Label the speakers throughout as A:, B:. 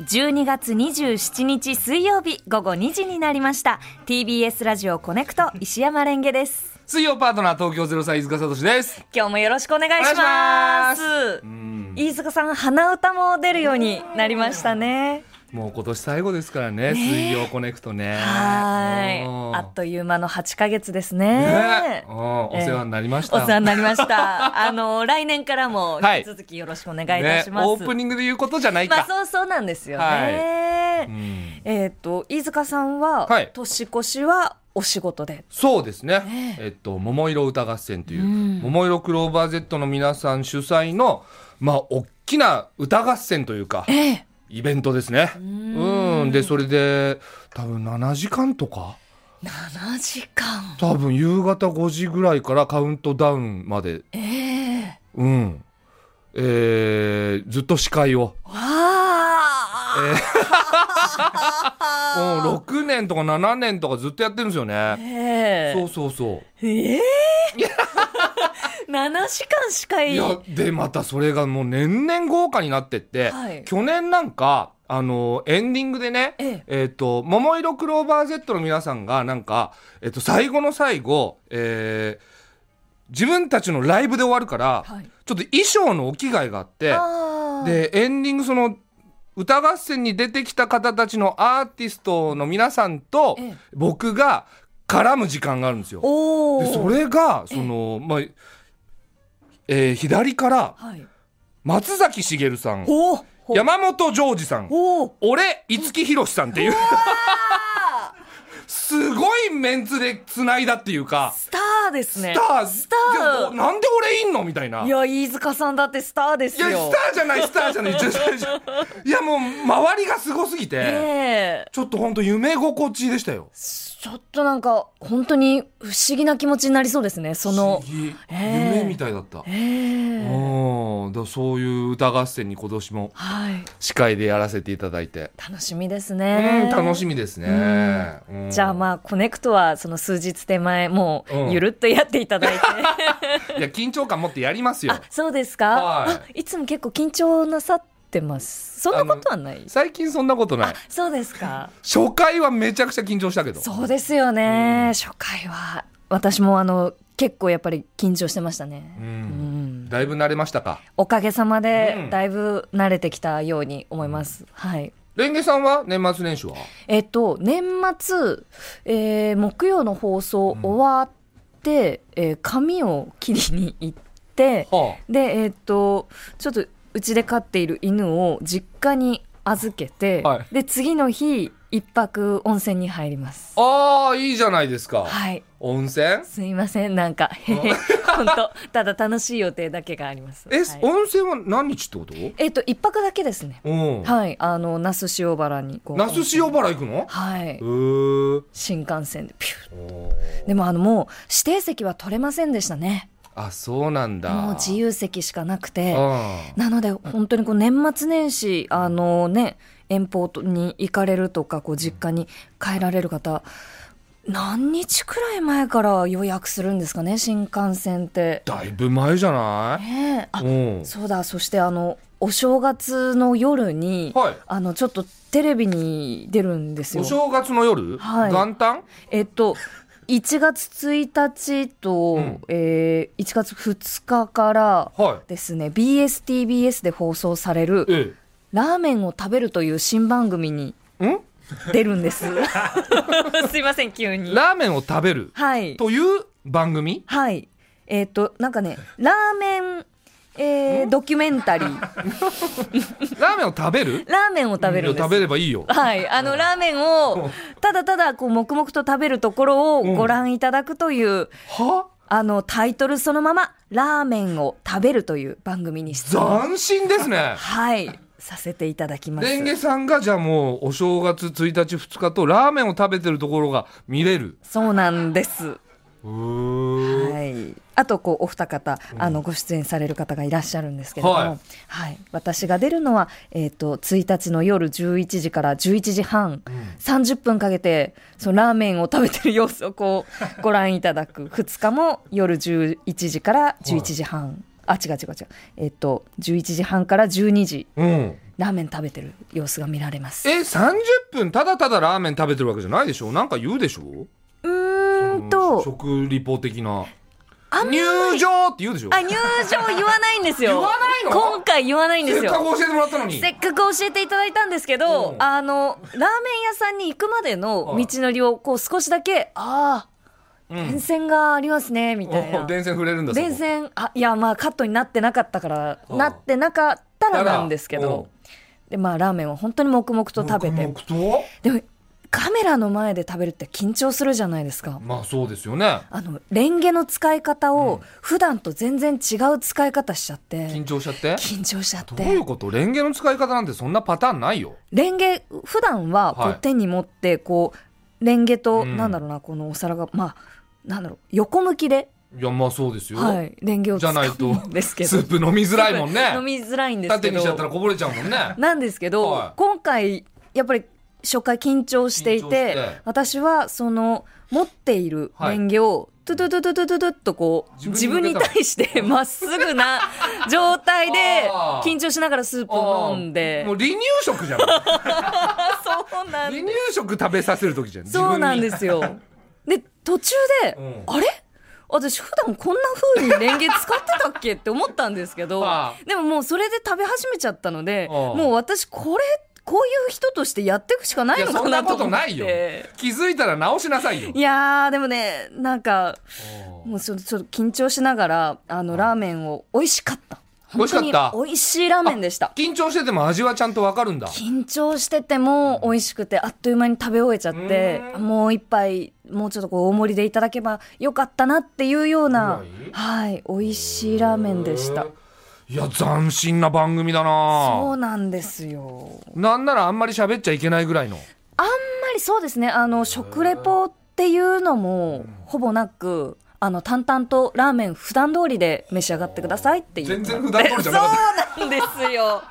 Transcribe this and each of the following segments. A: 12月27日水曜日午後2時になりました TBS ラジオコネクト石山レンゲです
B: 水曜パートナー東京ゼロ歳飯塚聡です。
A: 今日もよろしくお願いします
B: お
A: 飯塚さん鼻歌も出るようになりましたね
B: もう今年最後ですからね、水曜コネクトね。
A: は
B: う
A: い
B: ん
A: あっという間の8ヶ月です
B: ね
A: ね、
B: うんお世話になりまし
A: お
B: た。
A: 世話になりました。あの、来年からも
B: はい
A: 引き続きよろしくお願いいたします。
B: ねオープニングで言うことじゃないか。
A: まあ、そうそうなんですよね。
B: はい
A: うんえっ、と、飯塚さんは、
B: はい
A: 年越しはお仕事で。
B: そうですね
A: ね。
B: えっと、桃色歌合戦という、
A: ん
B: 桃色クローバー Z の皆さん主催の、まあ、大きな歌合戦というか、イベントですね。
A: ん
B: うん。で、それで、多分7時間とか
A: 7時間。
B: 多分夕方5時ぐらいからカウントダウンまで、
A: ええ
B: うん。えー、ずっと司会を。
A: わあ、
B: うん、6年とか7年とかずっとやってるんですよね。
A: え
B: そうそうそ
A: えええ7時間しか
B: う。
A: い
B: いや、で、またそれがもう年々豪華になってって、
A: はい
B: 去年なんか、あの、エンディングでね、
A: ええ
B: っ、と、桃色クローバー Z の皆さんが、なんか、えっ、と、最後の最後、えー、自分たちのライブで終わるから、
A: はい
B: ちょっと衣装のお着替えがあって、
A: あー
B: でエンディングその歌合戦に出てきた方たちのアーティストの皆さんと
A: ええ
B: 僕が絡む時間があるんですよ。
A: お
B: で
A: お。
B: それがその、まあえー左から
A: はい。
B: 松崎しげるさん
A: おーほ
B: 山本譲二さん
A: おー
B: 俺五木ひろしさんっていう すごいメンツでつないだっていうか
A: スターですね。
B: スター
A: スター
B: でおなんで俺いんのみたいない
A: や、飯塚さんだってスターです
B: いや
A: よ。
B: スターじゃないスターじ ゃないちょちょちょいやもう周りがすごすぎて。
A: ええ
B: ちょっと本当夢心地でしたよ。
A: ちょっとなんか、本当に不思議な気持ちになりそうですね、その
B: 不。思議
A: ええ
B: 夢みたいだった。
A: ええ
B: うんだからそういう歌合戦に今年も
A: はい。
B: 司会でやらせていただいて、
A: 楽しみですね。
B: うん楽しみですね。うん
A: じゃあまあ、コネクトはその数日手前、も
B: うん
A: う、ゆるっとやっていただいて。
B: いや緊張感持ってやります よ
A: あ。、そうです
B: は
A: か
B: い
A: あ、いつも結構緊張なさってます。そんなことはない
B: 最近そんなことない。
A: そうですか。
B: 初回はめちゃくちゃ緊張したけど。
A: そうですよね、初回は。私もあの、結構やっぱり緊張してましたね。
B: う。
A: うんん
B: だいぶ慣れましたか。
A: おかげさま
B: うん
A: で、だいぶ慣れてきたように思います。はい。
B: レンゲさんは年末年始は。
A: えっと、年末、えー木曜の放送終わって、えー髪を切りに行って、
B: は
A: で、えっと、ちょっと、うちで飼っている犬を実家に預けて、
B: はい
A: で、次の日、一泊温泉に入ります。
B: あ。ああいいじゃないですか。
A: はい。
B: 温泉。
A: すいません、なんか、へへ、本当ただ楽しい予定だけがあります。
B: え、
A: はい
B: 温泉は何日ってこと？
A: えっと、一泊だけですね。
B: うん。
A: はい、あの、那須塩原に。
B: 那須塩原行くの？
A: はい。
B: へえ。
A: 新幹線でピュー。でもあのもう指定席は取れませんでしたね。
B: あそうなんだ
A: もう自由席しかなくて。
B: う
A: なので本当にこう年末年始、あのね、遠方に行かれるとか、こう実家に帰られる方、何日くらい前から予約するんですかね、新幹線って。
B: ん、だいぶ前じゃない
A: ねえあ、
B: うん
A: そうだ、そしてあの、お正月の夜に、
B: はい
A: あの、ちょっとテレビに出るんですよ。
B: お正月の夜、
A: はい
B: 元旦
A: えっと、1月1日と、
B: ん
A: えー1月2日から
B: は
A: ですね、BSTBS で放送される
B: い、え
A: ラーメンを食べるという新番組に
B: えん
A: 出るんです。 すいません、急に。
B: ラーメンを食べる
A: はい。
B: という番組
A: はい。えっと、なんかね、ラーメン、えードキュメンタリー、
B: ラーメンを食べる
A: ラーメンを食べるん
B: い
A: です
B: や食。べればいいよ
A: はい、あのラーメンをただただこう黙々と食べるところをご覧いただくという、
B: は
A: あのタイトルそのままラーメンを食べるという番組に出演
B: 斬新ですね
A: はいさせていただきます。
B: レンゲさんがじゃあもうお正月1日2日とラーメンを食べてるところが見れる
A: そうなんです。
B: うー
A: はい。あとこうお二方、あのご出演される方がいらっしゃるんですけれども、
B: は
A: はいい、私が出るのはえっ、と1日の夜11時から11時半、30分かけてそのラーメンを食べてる様子をこ うご覧いただく。2日も夜11時から11時半、あ違う違う違う。えっ、と11時半から12時
B: うん
A: ラーメン食べてる様子が見られます
B: え30分ただただラーメン食べてるわけじゃないでしょなんか言うでしょ
A: うーんと
B: 食リポ的な
A: あんまり
B: 入場って言うでしょ
A: あ入場言わないんですよ
B: 言わないの
A: 今回言わないんで
B: せっ
A: す
B: か
A: よ
B: く教えてもらったのに
A: せっかく教えていただいたんですけど、
B: うん
A: あのラーメン屋さんに行くまでの道のりをこう少しだけああ、
B: うん
A: 電線がありますねみたい
B: お
A: な
B: 電線触れるんだそこ
A: 電線あいやまあカットになってなかったから
B: うん
A: なってなかったら
B: ただ
A: なんですけ
B: うん
A: どでまあラーメンは本当に黙々と食べて
B: 黙々と
A: でもカメラの前で食べるって緊張するじゃないですか
B: まあそうですよね
A: あのレンゲの使い方
B: う
A: を
B: ん
A: 普段と全然違う使い方しちゃって
B: 緊張しちゃって
A: 緊張しちゃっ
B: どうい
A: て
B: うことレンゲの使い方なんてそんなパターンないよ
A: レンゲ普段はこ
B: は
A: う
B: い
A: 手に持ってこうレンゲと
B: うん
A: なんだろうなこのお皿がまあなんだろう横向きで
B: いやまあそうですよ、
A: はいレンゲを
B: じゃ
A: 使
B: ないと
A: うんですけど
B: スープ飲みづらいもん ね
A: 飲みづらいんです
B: 縦
A: け
B: にしちゃった
A: ど
B: らこぼれちゃうもんね
A: なんですけど、
B: はい
A: 今回やっぱり初回緊張してい
B: 緊
A: て
B: 張して
A: 私はその持っているレンゲをトゥトゥトゥトゥトゥトゥトゥっとこう
B: 自
A: 自
B: 分
A: 分
B: に
A: に
B: 向けた
A: 対 してまっすぐな状態で
B: あー
A: 緊張しながらスープを飲んで
B: もう離乳食じゃん離
A: そうなん
B: 乳食食べさせる時じゃん自分に
A: そうなんですよ。で途中で、
B: うん
A: あれ私普段こんな風にレンゲ使ってたっけって思ったんですけど
B: あ
A: でももうそれで食べ始めちゃったので
B: あ
A: もう私これこういう人としてやっていくしかないい
B: や
A: の
B: そ
A: か
B: ん
A: な
B: な
A: と思
B: こと
A: って
B: ないよ気づいたら直しなさいよ
A: いやーでもねなんか
B: うん
A: もうちょっとちょっと緊張しながらあのラーメンを美味しかった
B: 美味しかっ
A: 本
B: た
A: 当に美味しいラーメンでした
B: 緊張してても味はちゃんとわかるんだ
A: 緊張してても美味しくてあっという間に食べ終えちゃって
B: う
A: もう一杯もうちょっとこう大盛りでいただけばよかったなっていうような
B: ぐらい
A: はい美味しいラーメンでした
B: いや斬新な番組だ
A: そ
B: な
A: うなんですよ
B: なんならあんまり喋っちゃいけないぐらいの
A: あんまりそうですねあの食レポっていうのもほぼなくあの淡々とラーメン普段通りで召し上がってくださいっていう
B: 全然普段通りじゃなかった
A: そうなんですよ。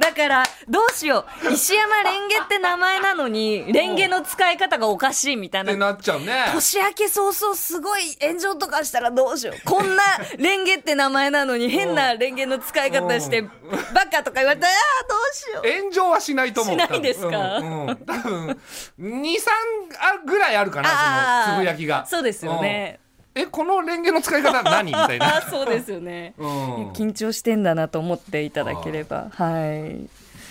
A: だからどうしよう石山レンゲって名前なのにレンゲの使い方がおかしいみたい
B: って
A: な
B: なっちゃうね
A: 年明け早々すごい炎上とかしたらどうしようこんなレンゲって名前な のに変なレンゲの使い方して
B: うん
A: バカとか言われたらあーどうし よう
B: 炎上はしないと思
A: し
B: う
A: ないですか
B: うんうん多分23ぐらいあるかな
A: あ
B: そ
A: ー
B: のつぶやきが
A: そうですよね
B: うんえこのレンゲの使い方 何みたい
A: あ
B: な
A: ーそうですよね
B: うん
A: 緊張してんだなと思っていただければはい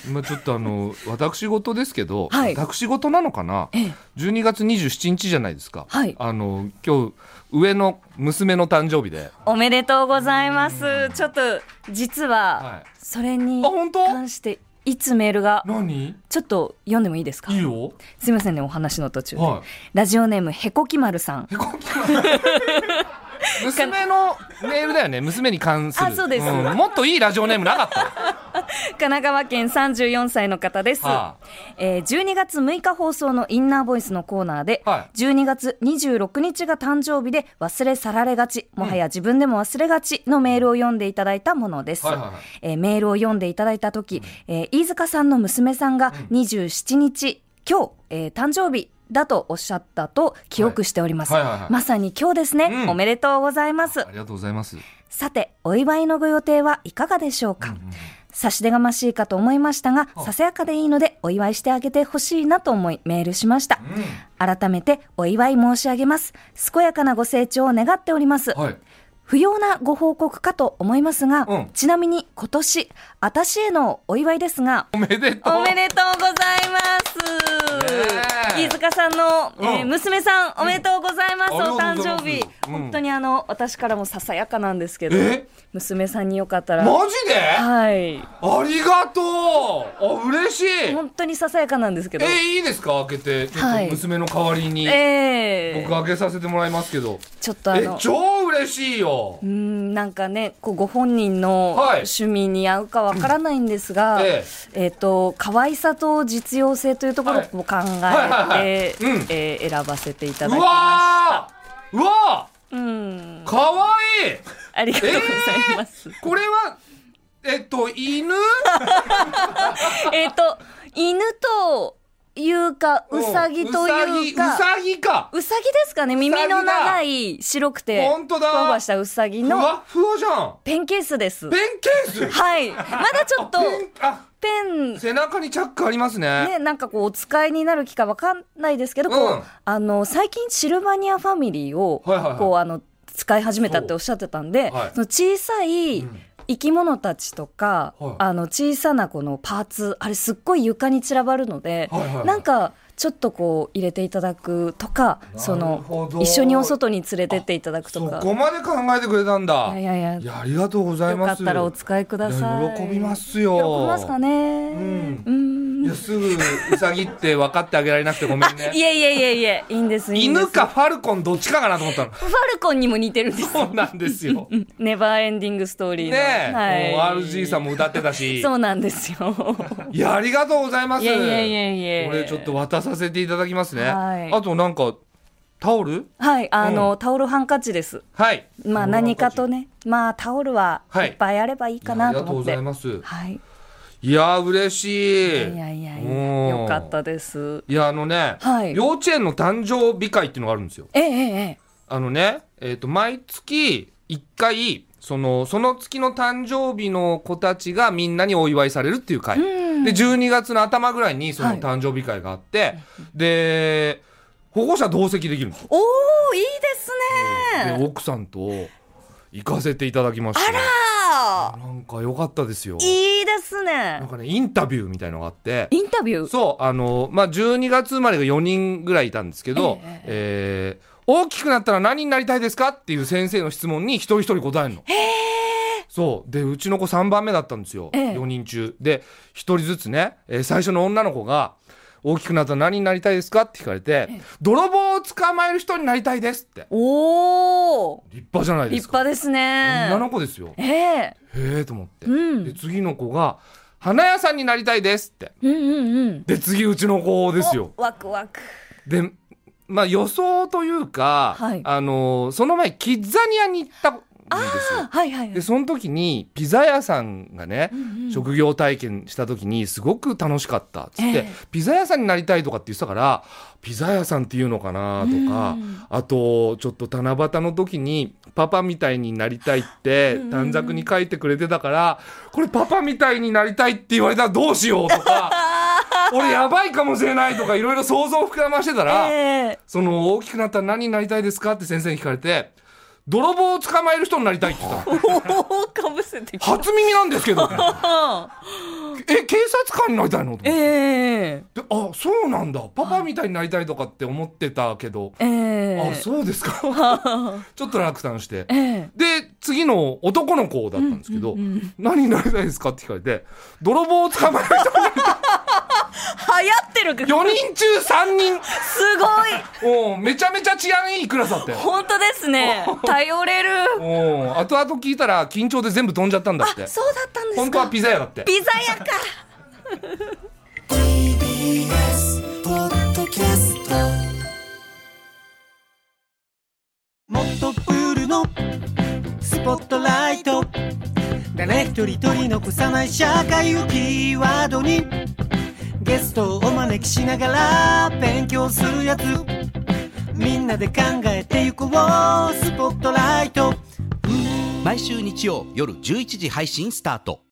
B: 今ちょっとあの私事ですけど、
A: はい
B: 私事なのかな
A: ええ
B: 12月27日じゃないですか、
A: はい
B: あの今日上の娘の誕生日で
A: おめでとうございます。ちょっと、実
B: は、
A: はいそれに
B: あ本当
A: 関して、いつメールが、
B: 何
A: ちょっと読んでもいいですか
B: いいよ
A: すいませんね、お話の途中で。
B: は
A: ラジオネーム、へこきまるさん。
B: いへこきま娘のメールだよね娘に関する
A: あそうです
B: んもっといいラジオネームなかった
A: 神奈川県34歳の方です。
B: は
A: えー12月6日放送のインナーボイスのコーナーで、
B: は
A: 12月26日が誕生日で忘れ去られがち、もはや自分でも忘れがちのメールを読んでいただいたものです。
B: はいはいはい
A: えーメールを読んでいただいた時、えー飯塚さんの娘さんが27日、今日、えー誕生日だとおっしゃったと記憶しております。
B: はいはいはいはい
A: まさに今日ですね、
B: うん
A: おめでとうございます。
B: ありがとうございます
A: さて、お祝いのご予定はいかがでしょうか、差し出がましいかと思いましたが、ささやかでいいのでお祝いしてあげてほしいなと思いメールしました。改めてお祝い申し上げます。健やかなご成長を願っております。
B: はい
A: 不要なご報告かと思いますが、
B: うん
A: ちなみに今年、私へのお祝いですが、
B: おめでとう
A: おめでとうございます。
B: ねえ
A: 飯塚さんの、えー
B: うん
A: 娘さん、おめでとうございます。
B: うん
A: お
B: あり
A: 誕生
B: がとうござい
A: 日
B: ます。うん
A: 本当にあの、私からもささやかなんですけど
B: え、
A: 娘さんによかったら、
B: マジで
A: はい。
B: ありがとうあ嬉しい
A: 本当にささやかなんですけど、
B: えいいですか開けてちょっ
A: は
B: と
A: い
B: 娘の代わりに
A: ええ
B: 僕開けさせてもらいますけど
A: ちょっとあ
B: え
A: の、
B: 超嬉しいよ
A: うーん、なんかね、こうご本人の
B: はい
A: 趣味に合うかわからないんですが、
B: え
A: え
B: え
A: っ、と、可愛さと実用性というところを
B: はい
A: こう考
B: はいはいはい
A: えて
B: うん、
A: えー選ばせていた
B: う
A: だきま
B: わーうわ
A: す。うん
B: ー、かわいい
A: ありがとうございます。
B: これはえっと犬
A: えっ、と、犬というか、うさぎというか
B: う、さぎうさぎか
A: うさぎですかね耳の長い白くて、
B: ほんとだ
A: ふわふわしたうさぎ
B: ふ
A: の
B: わっふわじゃん
A: ペンケースです。
B: ペンケース
A: はい。まだちょっと、
B: ペンあ
A: ペン、
B: 背中にチャックありますね
A: ね、なんかこう、お使いになる気かわかんないですけど、
B: う
A: こ
B: ん
A: う、あの、最近シルバニアファミリーを、
B: はいはいはい
A: こう、あの、使い始めたっておっしゃってたんで、
B: そうはい
A: その小さい、
B: うん
A: 生き物たちとか、
B: はい
A: あの小さなこのパーツあれすっごい床に散らばるので、
B: はいはいはい
A: なんかちょっとこう入れていただくとかそ
B: なるほ
A: の
B: ど
A: 一緒にお外に連れてっていただくと
B: そ
A: か
B: こまで考えてくれたんだ
A: いやいやい
B: い
A: や
B: やありがとうござい
A: よか
B: ま
A: っ
B: す
A: たらお使いくださ
B: い
A: い
B: や喜びますよ
A: 喜びますかね
B: ん
A: うん
B: いやすぐうさぎって分かってあげられなくてごめ ん
A: い
B: ね
A: えいえいえいえいいんですいいんです
B: 犬かファルコンどっちかかなと思ったの
A: ファルコンにも似てるんです
B: そうなんで すよ
A: うんネバーエンディングストーリーの、
B: ねえ、
A: はい
B: もう RG さんも歌ってたし
A: そうなんですよ
B: いやありがとうございます
A: いやいやいやいや
B: これちょっと渡させていただきますね、
A: はい
B: あとなんかタオル
A: はいあの、タオルハンカチです
B: はい
A: まあ何かとね、まあタオルは
B: はい
A: いっぱいあればいいか
B: いやあ
A: なと
B: りがとう
A: 思
B: ご
A: って。
B: ざい
A: はい。
B: ます
A: い
B: いや嬉しい
A: やいやいや
B: うん
A: よかったです。
B: いやあのね、
A: はい
B: 幼稚園の誕生日会っていうのがあるんですよ
A: ええええ
B: あのね、えっと毎月1回そのその月の誕生日の子たちがみんなにお祝いされるっていう会、
A: うん
B: で12月の頭ぐらいにその
A: はい
B: 誕生日会があって、で保護者同席できるんですよ
A: おおいいですね。
B: で奥さんと行かせていただきました
A: あら
B: なんか良かったですよ
A: いいです
B: なん
A: ね。
B: かねインタビューみたいのがあって
A: インタビュー。
B: そうあのまあ12月生まれが4人ぐらいいたんですけど、
A: ええ
B: えー大きくなったら何になりたいですかっていう先生の質問に一人一人答えるの。そうでうちの子3番目だったんですよ、
A: ええ
B: 4人中で1人ずつね、えー最初の女の子が「大きくなったら何になりたいですか?」って聞かれて「泥棒を捕まえる人になりたいです」って
A: おお
B: 立派じゃないで
A: 立
B: すか
A: 派ですね。
B: 女の子ですよ
A: ええ
B: へえと思って、
A: うん
B: で次の子が「花屋さんになりたいです」って
A: うんうんうん。
B: で次うちの子ですよ
A: お。ワクワク。
B: でまあ予想というか、
A: はい
B: あのその前キッザニアに行ったんですよ
A: あはいはいはい
B: で。その時にピザ屋さんがね、
A: んうん
B: 職業体験した時にすごく楽しかったっつって、
A: ええ
B: ピザ屋さんになりたいとかって言ってたからピザ屋さんっていうのかなと
A: う
B: か、
A: ん
B: あとちょっと七夕の時にパパみたいになりたいって短冊に書いてくれてたから、これパパみたいになりたいって言われたらどうしようと か俺やばいかもしれないとかいろいろ想像を膨らましてたら。
A: ええ
B: その大きくなったら何になりたいですかって先生に聞かれて、泥棒を捕まえる人になりたいって言ったの。
A: おおかぶせてきた。
B: 初耳なんです けど、え、警察官になりたいのと
A: え
B: 思っ
A: え
B: てであ、そうなんだ。パパみたいになりたいとかって思ってたけど、
A: ええ
B: あ、そうで すか。ちょっと落胆して。
A: ええ
B: で、次の男の子だったんですけど、
A: うんうんうん
B: 何になりたいですかって聞かれて、泥棒を捕まえる
A: 流行ってるって
B: 人、4人中3人。
A: すごい
B: おめちゃめちゃ治安いいクラスだったよ。
A: 本当です ね頼れる
B: お後々聞いたら緊張で全部飛んじゃったんだって。
A: そうだったんですか
B: 本当はピザ屋だって。
A: ピザ屋か
C: TBS ポッドキャストもっとプールのスポットライト誰一人取り残さない社会をキーワードにゲストをお招きしながら勉強するやつみんなで考えてゆこうスポットライト
D: 毎週日曜夜11時配信スタート